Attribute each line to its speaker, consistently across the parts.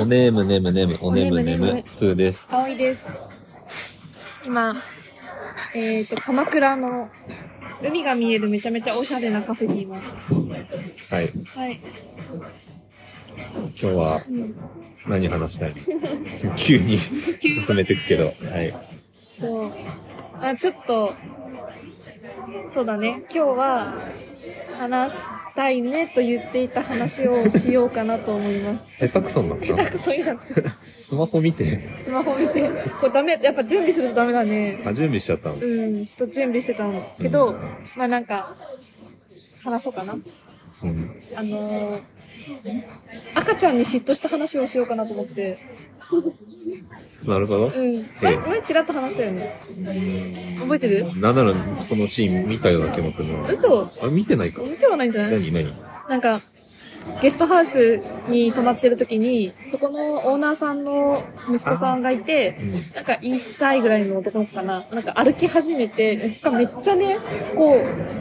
Speaker 1: おねむねむねむ、おねむね
Speaker 2: おねむ
Speaker 1: む
Speaker 2: ね、
Speaker 1: ぷーです。
Speaker 2: かわいです。今、えっ、と、鎌倉の海が見えるめちゃめちゃおしゃれなカフェにいます。
Speaker 1: はい。
Speaker 2: はい。
Speaker 1: 今日は
Speaker 2: ん、
Speaker 1: 何話したい 急に進めてくけど。はい。
Speaker 2: そう。あ、ちょっと、そうだね。今日は、話したいねと言っていた話をしようかなと思います。
Speaker 1: 下手くそになっ
Speaker 2: 下手
Speaker 1: た
Speaker 2: くそになって、
Speaker 1: スマホ見て。
Speaker 2: スマホ見て、これダメ、やっぱ準備するとダメだね。
Speaker 1: あ、準備しちゃったの。
Speaker 2: うん、ちょっと準備してたんだけど、まあなんか、話そうかな。
Speaker 1: うん。
Speaker 2: あのー、赤ちゃんに嫉妬した話をしようかなと思って。
Speaker 1: なるほど
Speaker 2: う。ん。
Speaker 1: ええ
Speaker 2: 前、前ちらっと話したよね。覚えてる
Speaker 1: なんなら、そのシーン見たような気もするな。
Speaker 2: 嘘
Speaker 1: あれ見てないか。
Speaker 2: 見てはないんじゃない
Speaker 1: 何何
Speaker 2: なんか、ゲストハウスに泊まってる時に、そこのオーナーさんの息子さんがいて
Speaker 1: うん、
Speaker 2: なんか1歳ぐらいの男の子かな。なんか歩き始めて、なんかめっちゃね、こ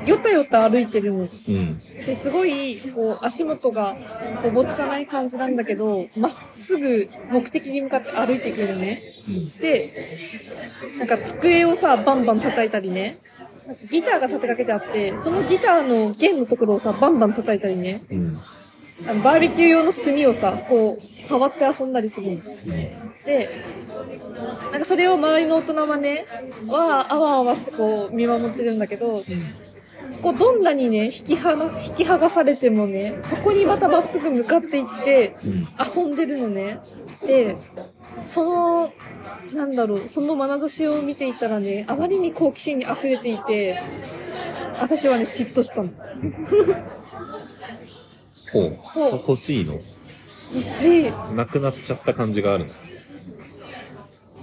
Speaker 2: う、よたよた歩いてるの。
Speaker 1: うん。
Speaker 2: で、すごい、こう、足元が、おぼつかない感じなんだけど、まっすぐ目的に向かって歩いていくのね。で、なんか机をさ、バンバン叩いたりね。なんかギターが立てかけてあって、そのギターの弦のところをさ、バンバン叩いたりね。
Speaker 1: うん。
Speaker 2: あのバーベキュー用の炭をさ、こう、触って遊んだりするの。で、なんかそれを周りの大人はね、わあ、あわあわしてこう見守ってるんだけど、こうどんなにね、引きはが、引き剥がされてもね、そこにまたまっすぐ向かっていって、遊んでるのね。で、その、なんだろう、その眼差しを見ていたらね、あまりに好奇心に溢れていて、私はね、嫉妬したの。
Speaker 1: ほう。
Speaker 2: ほう
Speaker 1: そう欲しいの
Speaker 2: し、
Speaker 1: なくなっちゃった感じがあるの。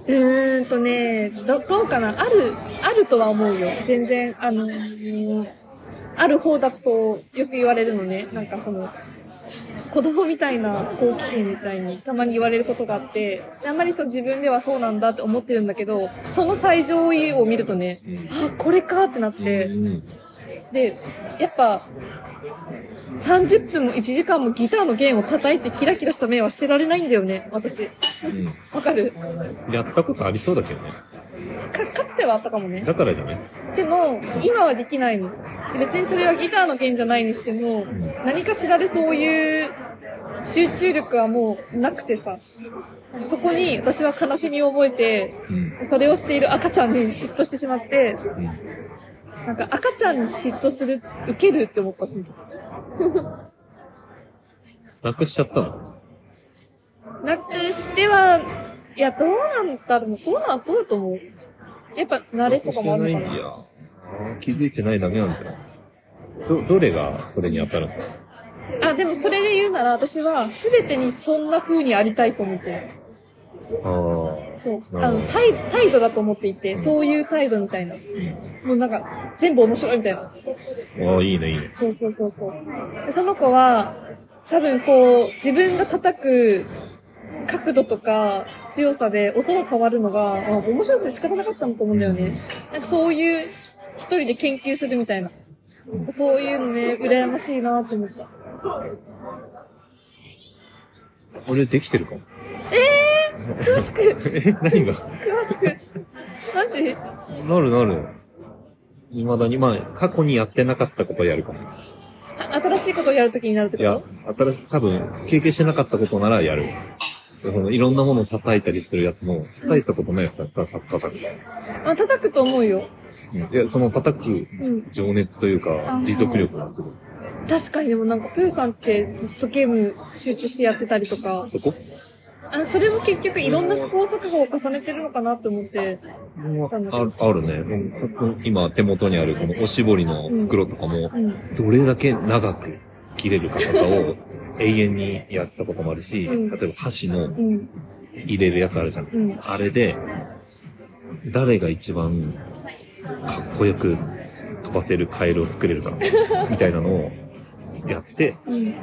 Speaker 2: うーんとね、ど、どうかなある、あるとは思うよ。全然、あの、ある方だとよく言われるのね。なんかその、子供みたいな好奇心みたいにたまに言われることがあって、あんまりそう自分ではそうなんだって思ってるんだけど、その最上位を見るとね、あ、これかってなって、
Speaker 1: うん。
Speaker 2: で、やっぱ、30分も1時間もギターの弦を叩いてキラキラした目はしてられないんだよね、私。
Speaker 1: う
Speaker 2: わかる
Speaker 1: ん。やったことありそうだけどね。
Speaker 2: か、かつてはあったかもね。
Speaker 1: だからじゃない
Speaker 2: でも、今はできないの。別にそれはギターの弦じゃないにしても、何かしらでそういう集中力はもうなくてさ。そこに私は悲しみを覚えて、
Speaker 1: うん。
Speaker 2: それをしている赤ちゃんに嫉妬してしまって、
Speaker 1: うん。
Speaker 2: なんか赤ちゃんに嫉妬する、受けるって思ったその時
Speaker 1: なくしちゃったの
Speaker 2: なくしては、いや、どうなんだろう。どうなん、どうだと思う。やっぱ慣れとかもあるの
Speaker 1: して
Speaker 2: か
Speaker 1: ないん
Speaker 2: な。
Speaker 1: や。あー気づいてないだけなんじゃないど、どれがそれに当たるの
Speaker 2: あ、でもそれで言うなら私は全てにそんな風にありたいと思ってる。
Speaker 1: ああ。
Speaker 2: そう。
Speaker 1: な
Speaker 2: あ
Speaker 1: るほ
Speaker 2: の、
Speaker 1: ど
Speaker 2: 態態度だと思っていて、そういう態度みたいな。もうなんか、全部面白いみたいな。
Speaker 1: ああ、いいね、いいね。
Speaker 2: そうそうそうそう。でその子は、多分こう、自分が叩く角度とか強さで音が変わるのが、あ面白くて仕方なかったのと思うんだよね。なんかそういう、一人で研究するみたいな。そういうのね、羨ましいなって思った。
Speaker 1: 俺できてるかも。
Speaker 2: 詳しく、
Speaker 1: え、何が
Speaker 2: 詳しく。マジ
Speaker 1: なるなる。未だに、まあ、過去にやってなかったことやるかも。
Speaker 2: あ新しいことをやるときになるって
Speaker 1: い
Speaker 2: こ
Speaker 1: や
Speaker 2: と、
Speaker 1: 新しい、多分、経験してなかったことならやる。その、いろんなものを叩いたりするやつも、叩いたことないやつだったら叩く。
Speaker 2: あ叩くと思うよ。
Speaker 1: うんいや、その叩く
Speaker 2: うん
Speaker 1: 情熱という
Speaker 2: あ
Speaker 1: か、
Speaker 2: ー
Speaker 1: 持続力がすごい。
Speaker 2: 確かにでもなんかプーさんってずっとゲーム集中してやってたりとか、
Speaker 1: そこ
Speaker 2: あのそれも結局いろんな試行錯誤を重ねてるのかなって思って、
Speaker 1: ああるね。うん今手元にあるこのおしぼりの袋とかも
Speaker 2: う、ん。
Speaker 1: どれだけ長く切れるかとかを永遠にやってたこともあるし、
Speaker 2: うん
Speaker 1: 例えば箸の
Speaker 2: うん。
Speaker 1: 入れるやつあるじゃん。
Speaker 2: うん
Speaker 1: あれで、誰が一番かっこよく飛ばせるカエルを作れるか、みたいなのをやって、
Speaker 2: うん。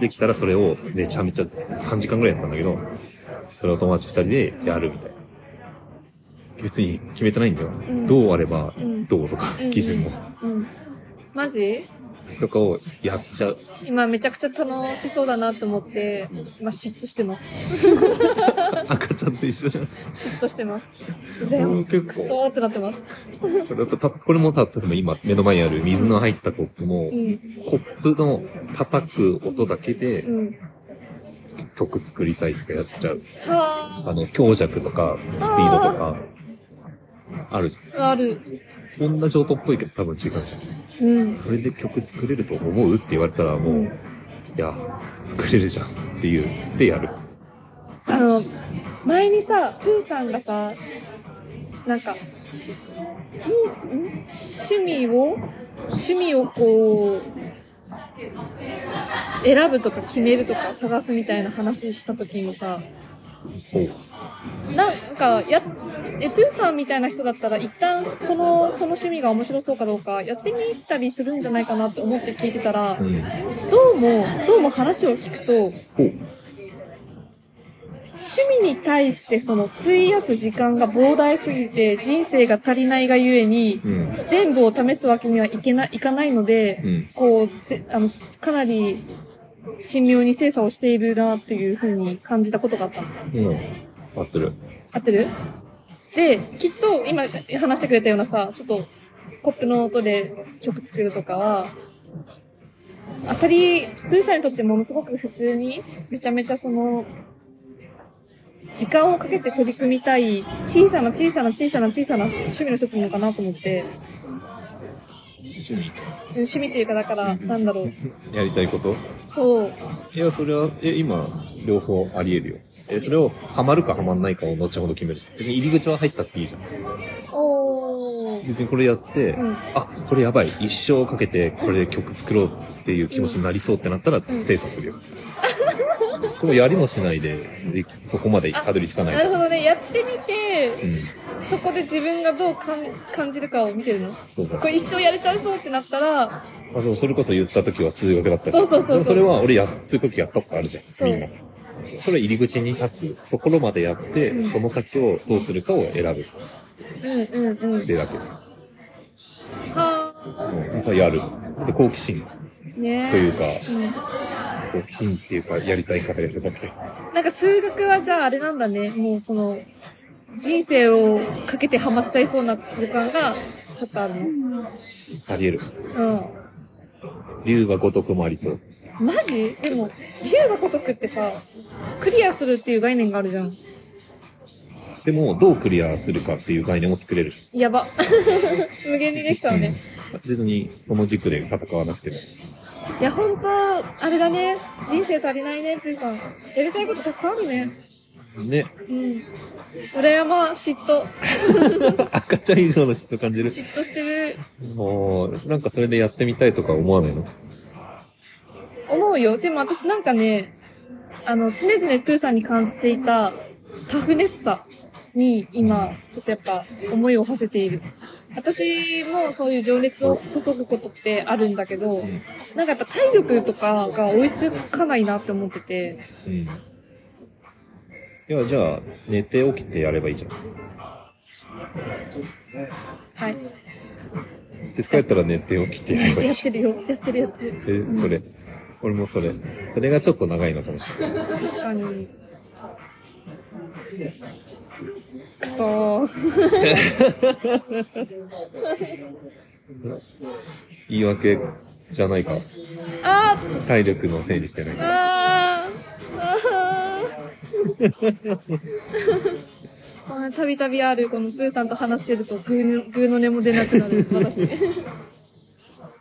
Speaker 1: できたらそれをめちゃめちゃ3時間ぐらいやってたんだけど、それを友達2人でやるみたいな。別に決めてないんだよ。
Speaker 2: ん
Speaker 1: どうあれば
Speaker 2: ん
Speaker 1: どうとか、
Speaker 2: うん
Speaker 1: 基準も。
Speaker 2: うん。マジ
Speaker 1: とかをやっちゃう。
Speaker 2: 今めちゃくちゃ楽しそうだなと思って、今嫉妬してます。
Speaker 1: 赤ちゃんと一緒じゃん。
Speaker 2: 嫉妬してます。
Speaker 1: うん
Speaker 2: 全
Speaker 1: 結構
Speaker 2: 部、くそーってなってます。
Speaker 1: これとたこれもさ、例えば今目の前にある水の入ったコップも、
Speaker 2: うん。
Speaker 1: コップの叩く音だけで
Speaker 2: うん。
Speaker 1: 曲作りたいとかやっちゃう。
Speaker 2: は
Speaker 1: あの、強弱とか、スピードとか、あるじ
Speaker 2: ー、ある。
Speaker 1: ゃん。同じ音っぽいけど多分違うじゃん。
Speaker 2: うん。
Speaker 1: それで曲作れると思うって言われたらもう、いや、作れるじゃんっていう、でやる。
Speaker 2: あの、前にさ、プーさんがさ、なんか、し人ん趣味を趣味をこう、選ぶとか決めるとか探すみたいな話した時にさ、
Speaker 1: ほう。
Speaker 2: なんか、や、え、プーさんみたいな人だったら、一旦その、その趣味が面白そうかどうか、やってみたりするんじゃないかなって思って聞いてたら
Speaker 1: う、ん。
Speaker 2: どうも、どうも話を聞くと、
Speaker 1: ほう。
Speaker 2: 趣味に対してその費やす時間が膨大すぎて人生が足りないがゆえに、
Speaker 1: うん。
Speaker 2: 全部を試すわけにはいけない、いかないので、
Speaker 1: うん
Speaker 2: こう、ぜあの、しかなり、神妙に精査をしているなっていうふうに感じたことがあったの。
Speaker 1: うん。合ってる。
Speaker 2: 合ってるで、きっと今話してくれたようなさ、ちょっとコップの音で曲作るとかは、当たり、プーさんにとってものすごく普通に、めちゃめちゃその、時間をかけて取り組みたい、小さな小さな小さな小さな趣味の一つなのかなと思って、
Speaker 1: 趣味
Speaker 2: うん趣味というかだから、なんだろう。
Speaker 1: やりたいこと
Speaker 2: そう。
Speaker 1: いや、それは、え、今、両方あり得るよ。え、それを、ハマるかハマんないかを後ほど決めるじゃん。別に入り口は入ったっていいじゃん。
Speaker 2: おー。
Speaker 1: 別にこれやって、
Speaker 2: うん
Speaker 1: あ、これやばい。一生かけて、これで曲作ろうっていう気持ちになりそうってなったら、精査す るよ。これやりもしないで、でそこまでたどり着かない
Speaker 2: な
Speaker 1: じゃ
Speaker 2: る
Speaker 1: ん。
Speaker 2: ほどね。やってみて、
Speaker 1: うん。
Speaker 2: そこで自分がどう感感じるかを見てるの
Speaker 1: そうだ
Speaker 2: こ。れ一生やれちゃいそうってなったら、
Speaker 1: あそう、それこそ言った時は数学だったり。
Speaker 2: そうそうそうそう
Speaker 1: でもそれは俺や、数学やったことあるじゃん。
Speaker 2: そう
Speaker 1: みんな。それは入り口に立つところまでやって、その先をどうするかを選ぶっ
Speaker 2: うんうんうん。
Speaker 1: てだけです。
Speaker 2: は
Speaker 1: うん、やる。で、好奇心
Speaker 2: ーね
Speaker 1: というか、
Speaker 2: うん。
Speaker 1: 好奇心っていうか、やりたいからやるだけ。
Speaker 2: なんか数学はじゃああれなんだね。もうその、人生をかけてハマっちゃいそうな予感がちょっとあるの。
Speaker 1: あり得る。
Speaker 2: うん。
Speaker 1: 竜が如くもありそう。
Speaker 2: マジでも、竜が如くってさ、クリアするっていう概念があるじゃん。
Speaker 1: でも、どうクリアするかっていう概念を作れる。
Speaker 2: やば。 無限にできちゃうね。
Speaker 1: 別に、その軸で戦わなくても。
Speaker 2: いや、ほんと、あれだね。人生足りないね、プーさん。やりたいことたくさんあるね。
Speaker 1: ね。
Speaker 2: うん。羨ま、嫉妬。
Speaker 1: 赤ちゃん以上の嫉妬感じる。
Speaker 2: 嫉妬してる。
Speaker 1: もう、なんかそれでやってみたいとか思わないの
Speaker 2: 思うよ。でも私なんかね、あの、常々プーさんに感じていたタフネスさに今、ちょっとやっぱ思いを馳せている。私もそういう情熱を注ぐことってあるんだけど、なんかやっぱ体力とかが追いつかないなって思ってて、
Speaker 1: うん。いや、じゃあ、寝て起きてやればいいじゃん。
Speaker 2: はい。
Speaker 1: で、疲れたら寝て起きてやればいい
Speaker 2: やってるよ。やってるやってる。
Speaker 1: え、それ。俺もそれ。それがちょっと長いのかもしれない。
Speaker 2: 確かに。くそー。
Speaker 1: 言い訳じゃないか。
Speaker 2: あ
Speaker 1: 体力のせいにしてない
Speaker 2: ー
Speaker 1: か。
Speaker 2: あーあーこのたびたびあるこのプーさんと話してるとグーのグーの音も出なくなる私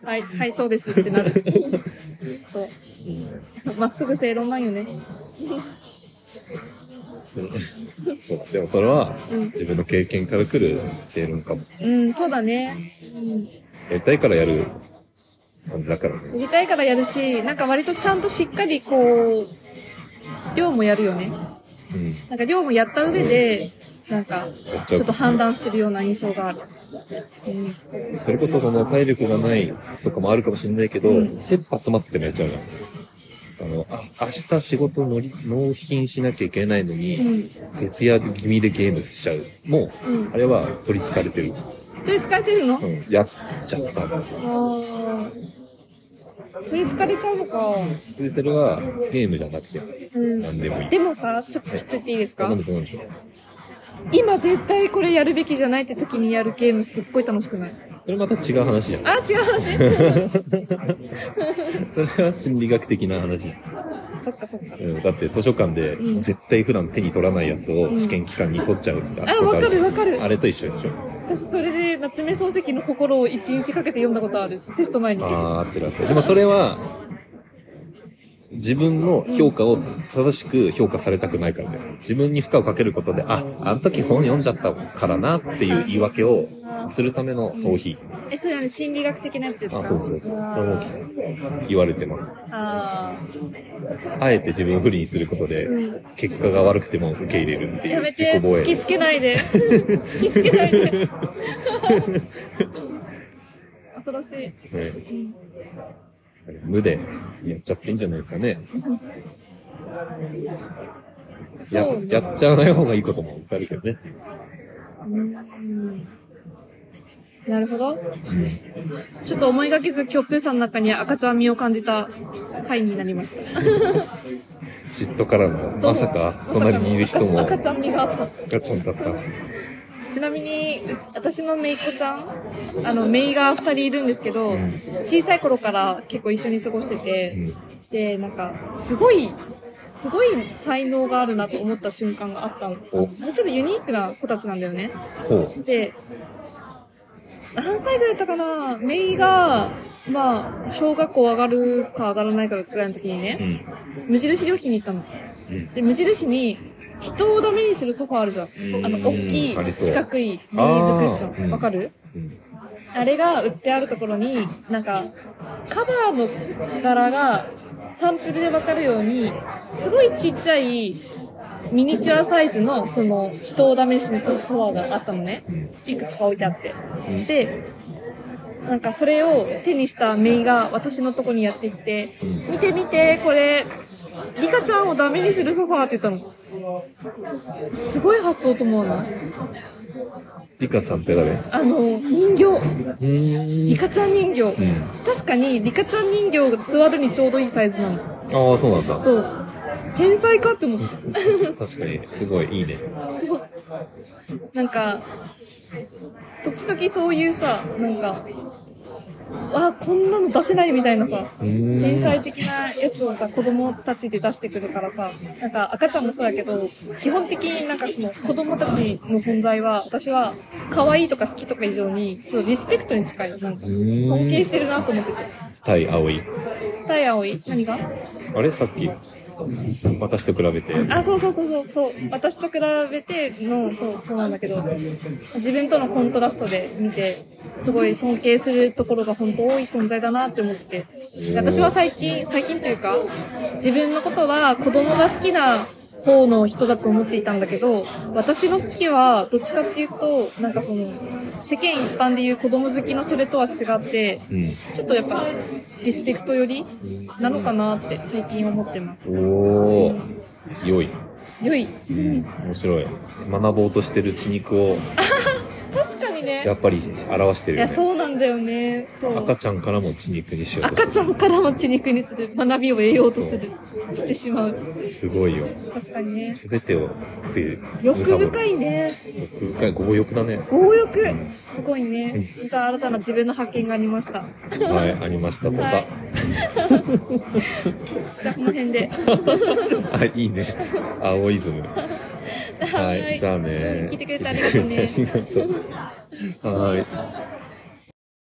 Speaker 2: はいはいそうですってなるそうまっすぐ正論なんよね
Speaker 1: そう。でもそれは、自分の経験から来る正論かも。
Speaker 2: うんそうだね、うん、
Speaker 1: やりたいからやる感じだからね。
Speaker 2: 売りたいからやるしなんか割とちゃんとしっかりこう量もやるよね
Speaker 1: うん。
Speaker 2: なんか量もやった上で、なんか、ちょっと判断してるような印象がある。うん、
Speaker 1: それこそその体力がないとかもあるかもしれないけど、切羽詰まっててもやっちゃうじゃん。あの、あ、明日仕事のり納品しなきゃいけないのに、
Speaker 2: ん
Speaker 1: 徹夜気味でゲームしちゃう。もう、
Speaker 2: うん
Speaker 1: あれは取り憑かれてる。
Speaker 2: それ使えてるの、
Speaker 1: うん。やっちゃった。
Speaker 2: あーそれ疲れちゃうのか。
Speaker 1: で、それはゲームじゃなくて、
Speaker 2: うん。
Speaker 1: 何でもいい。
Speaker 2: でもさ、ちょっと、ちょっと言っていいですか
Speaker 1: 何でしょう、何でしょう。
Speaker 2: 今絶対これやるべきじゃないって時にやるゲームすっごい楽しくない
Speaker 1: それまた違う話じゃん。
Speaker 2: あ、違う 話
Speaker 1: それは心理学的な話じゃん。
Speaker 2: そっかそっか。
Speaker 1: うん、だって図書館で
Speaker 2: うん
Speaker 1: 絶対普段手に取らないやつを試験期間に取っちゃうとか
Speaker 2: あわ
Speaker 1: こと
Speaker 2: かる
Speaker 1: あじゃん
Speaker 2: わかる
Speaker 1: あれと一緒でしょ。
Speaker 2: 私それで夏目漱石の心を一日かけて読んだことある。テスト前に。
Speaker 1: あー合ってる合ってる。でもそれは、自分の評価を正しく評価されたくないからだよ。自分に負荷をかけることで、あ、あの時本読んじゃったからなっていう言い訳をするための逃避。
Speaker 2: え、そうやね、心理学的なやつですか
Speaker 1: あ、そうそうそう。そ
Speaker 2: あ
Speaker 1: れも言われてます。
Speaker 2: あ
Speaker 1: あえて自分を不利にすることで、結果が悪くても受け入れるって
Speaker 2: ー。
Speaker 1: い
Speaker 2: や
Speaker 1: う
Speaker 2: め
Speaker 1: 自
Speaker 2: て、
Speaker 1: 己防
Speaker 2: 突
Speaker 1: 衛
Speaker 2: き。つけない で。突きつけないで。 恐ろしい。
Speaker 1: ね無でやっちゃっていいんじゃないですかね。や
Speaker 2: そうね。
Speaker 1: やっちゃわない方がいいこともいっぱいあるけどね。
Speaker 2: なるほど。ちょっと思いがけず、キョップーさんの中に赤ちゃん味を感じた回になりました。
Speaker 1: 嫉妬からの、 まさか
Speaker 2: そう
Speaker 1: 隣にいる人も
Speaker 2: 赤ちゃん味があった。
Speaker 1: ガチャンだった。
Speaker 2: ちなみに、う私のめいっ子ちゃん、あの、めいが二人いるんですけど、小さい頃から結構一緒に過ごしてて、で、なんか、すごい、すごい才能があるなと思った瞬間があったの。
Speaker 1: お
Speaker 2: ちょっとユニークな子たちなんだよね。
Speaker 1: ほ
Speaker 2: で、何歳ぐらいだったかなメイが、まあ、小学校上がるか上がらないかぐらいの時に
Speaker 1: う。う
Speaker 2: ね、
Speaker 1: ん。
Speaker 2: 無印良品に行ったの。
Speaker 1: うん。
Speaker 2: で、無印に、人をダメにするソファーあるじゃん。あの、大きい
Speaker 1: あり、そう
Speaker 2: 四角い、ニーズクッシ
Speaker 1: あ
Speaker 2: ョ
Speaker 1: ー
Speaker 2: ン。わかる
Speaker 1: うん。
Speaker 2: あれが売ってあるところに、なんか、カバーの柄がサンプルでわかるように、すごいちっちゃいミニチュアサイズの、その、人を試しにソファーがあったのね。いくつか置いてあって。で、なんかそれを手にしたメイが私のとこにやってきて、見て見て、これ、リカちゃんをダメにするソファーって言ったの。すごい発想と思わない
Speaker 1: リカちゃんって誰う
Speaker 2: あの、人形。
Speaker 1: ーん。
Speaker 2: リカちゃん人形、
Speaker 1: ん
Speaker 2: 確かにリカちゃん人形が座るにちょうどいいサイズなの
Speaker 1: ああ、そう なんだ。
Speaker 2: そう天才かって思った
Speaker 1: 確かに、すごいいいね。
Speaker 2: すごいなんか時々そういうさなんかあこんなの出せないみたいなさ
Speaker 1: ん
Speaker 2: 天才的なやつをさ子供たちで出してくるからさなんか赤ちゃんもそうやけど基本的になんかその子供たちの存在は私は可愛いとか好きとか以上にちょっとリスペクトに近いよな
Speaker 1: ん
Speaker 2: んか尊敬してるなと思ってて。
Speaker 1: 対葵。
Speaker 2: タイ葵何が
Speaker 1: あれさっき、私と比べて。
Speaker 2: あ、そうそうそうそうそう。私と比べての、そう、そうなんだけど、自分とのコントラストで見て、すごい尊敬するところが本当多い存在だなって思って。で私は最近、最近というか、自分のことは子供が好きな方の人だと思っていたんだけど、私の好きは、どっちかっていうと、なんかその、世間一般でいう子供好きのそれとは違って、
Speaker 1: うん。
Speaker 2: ちょっとやっぱ、リスペクト寄りなのかなって最近思ってます。
Speaker 1: おお。良い。
Speaker 2: 良い。
Speaker 1: うん。面白い。学ぼうとしてる血肉を、
Speaker 2: 確かにね
Speaker 1: や。っぱり表して
Speaker 2: い
Speaker 1: るよ
Speaker 2: や、
Speaker 1: ね。
Speaker 2: そうなんだよね。そう。
Speaker 1: 赤ちゃんからも血肉にしようと
Speaker 2: 赤
Speaker 1: し
Speaker 2: ちゃんからも血肉にする。学びを得ようとする。してしまう。
Speaker 1: てる。すごいよ。
Speaker 2: 確かにね。
Speaker 1: すべてを食える。
Speaker 2: 欲
Speaker 1: 貪る
Speaker 2: 深いね。
Speaker 1: 欲深い。強欲だね。
Speaker 2: 強欲。すごいね。また新たな自分の発見がありました。
Speaker 1: はい、ありましたとさ。
Speaker 2: じゃあ、この辺で。
Speaker 1: あ、いいね。青イズム。 はい、じゃあね。
Speaker 2: 聞いてくれてありがとうね。
Speaker 1: ありがとうはい。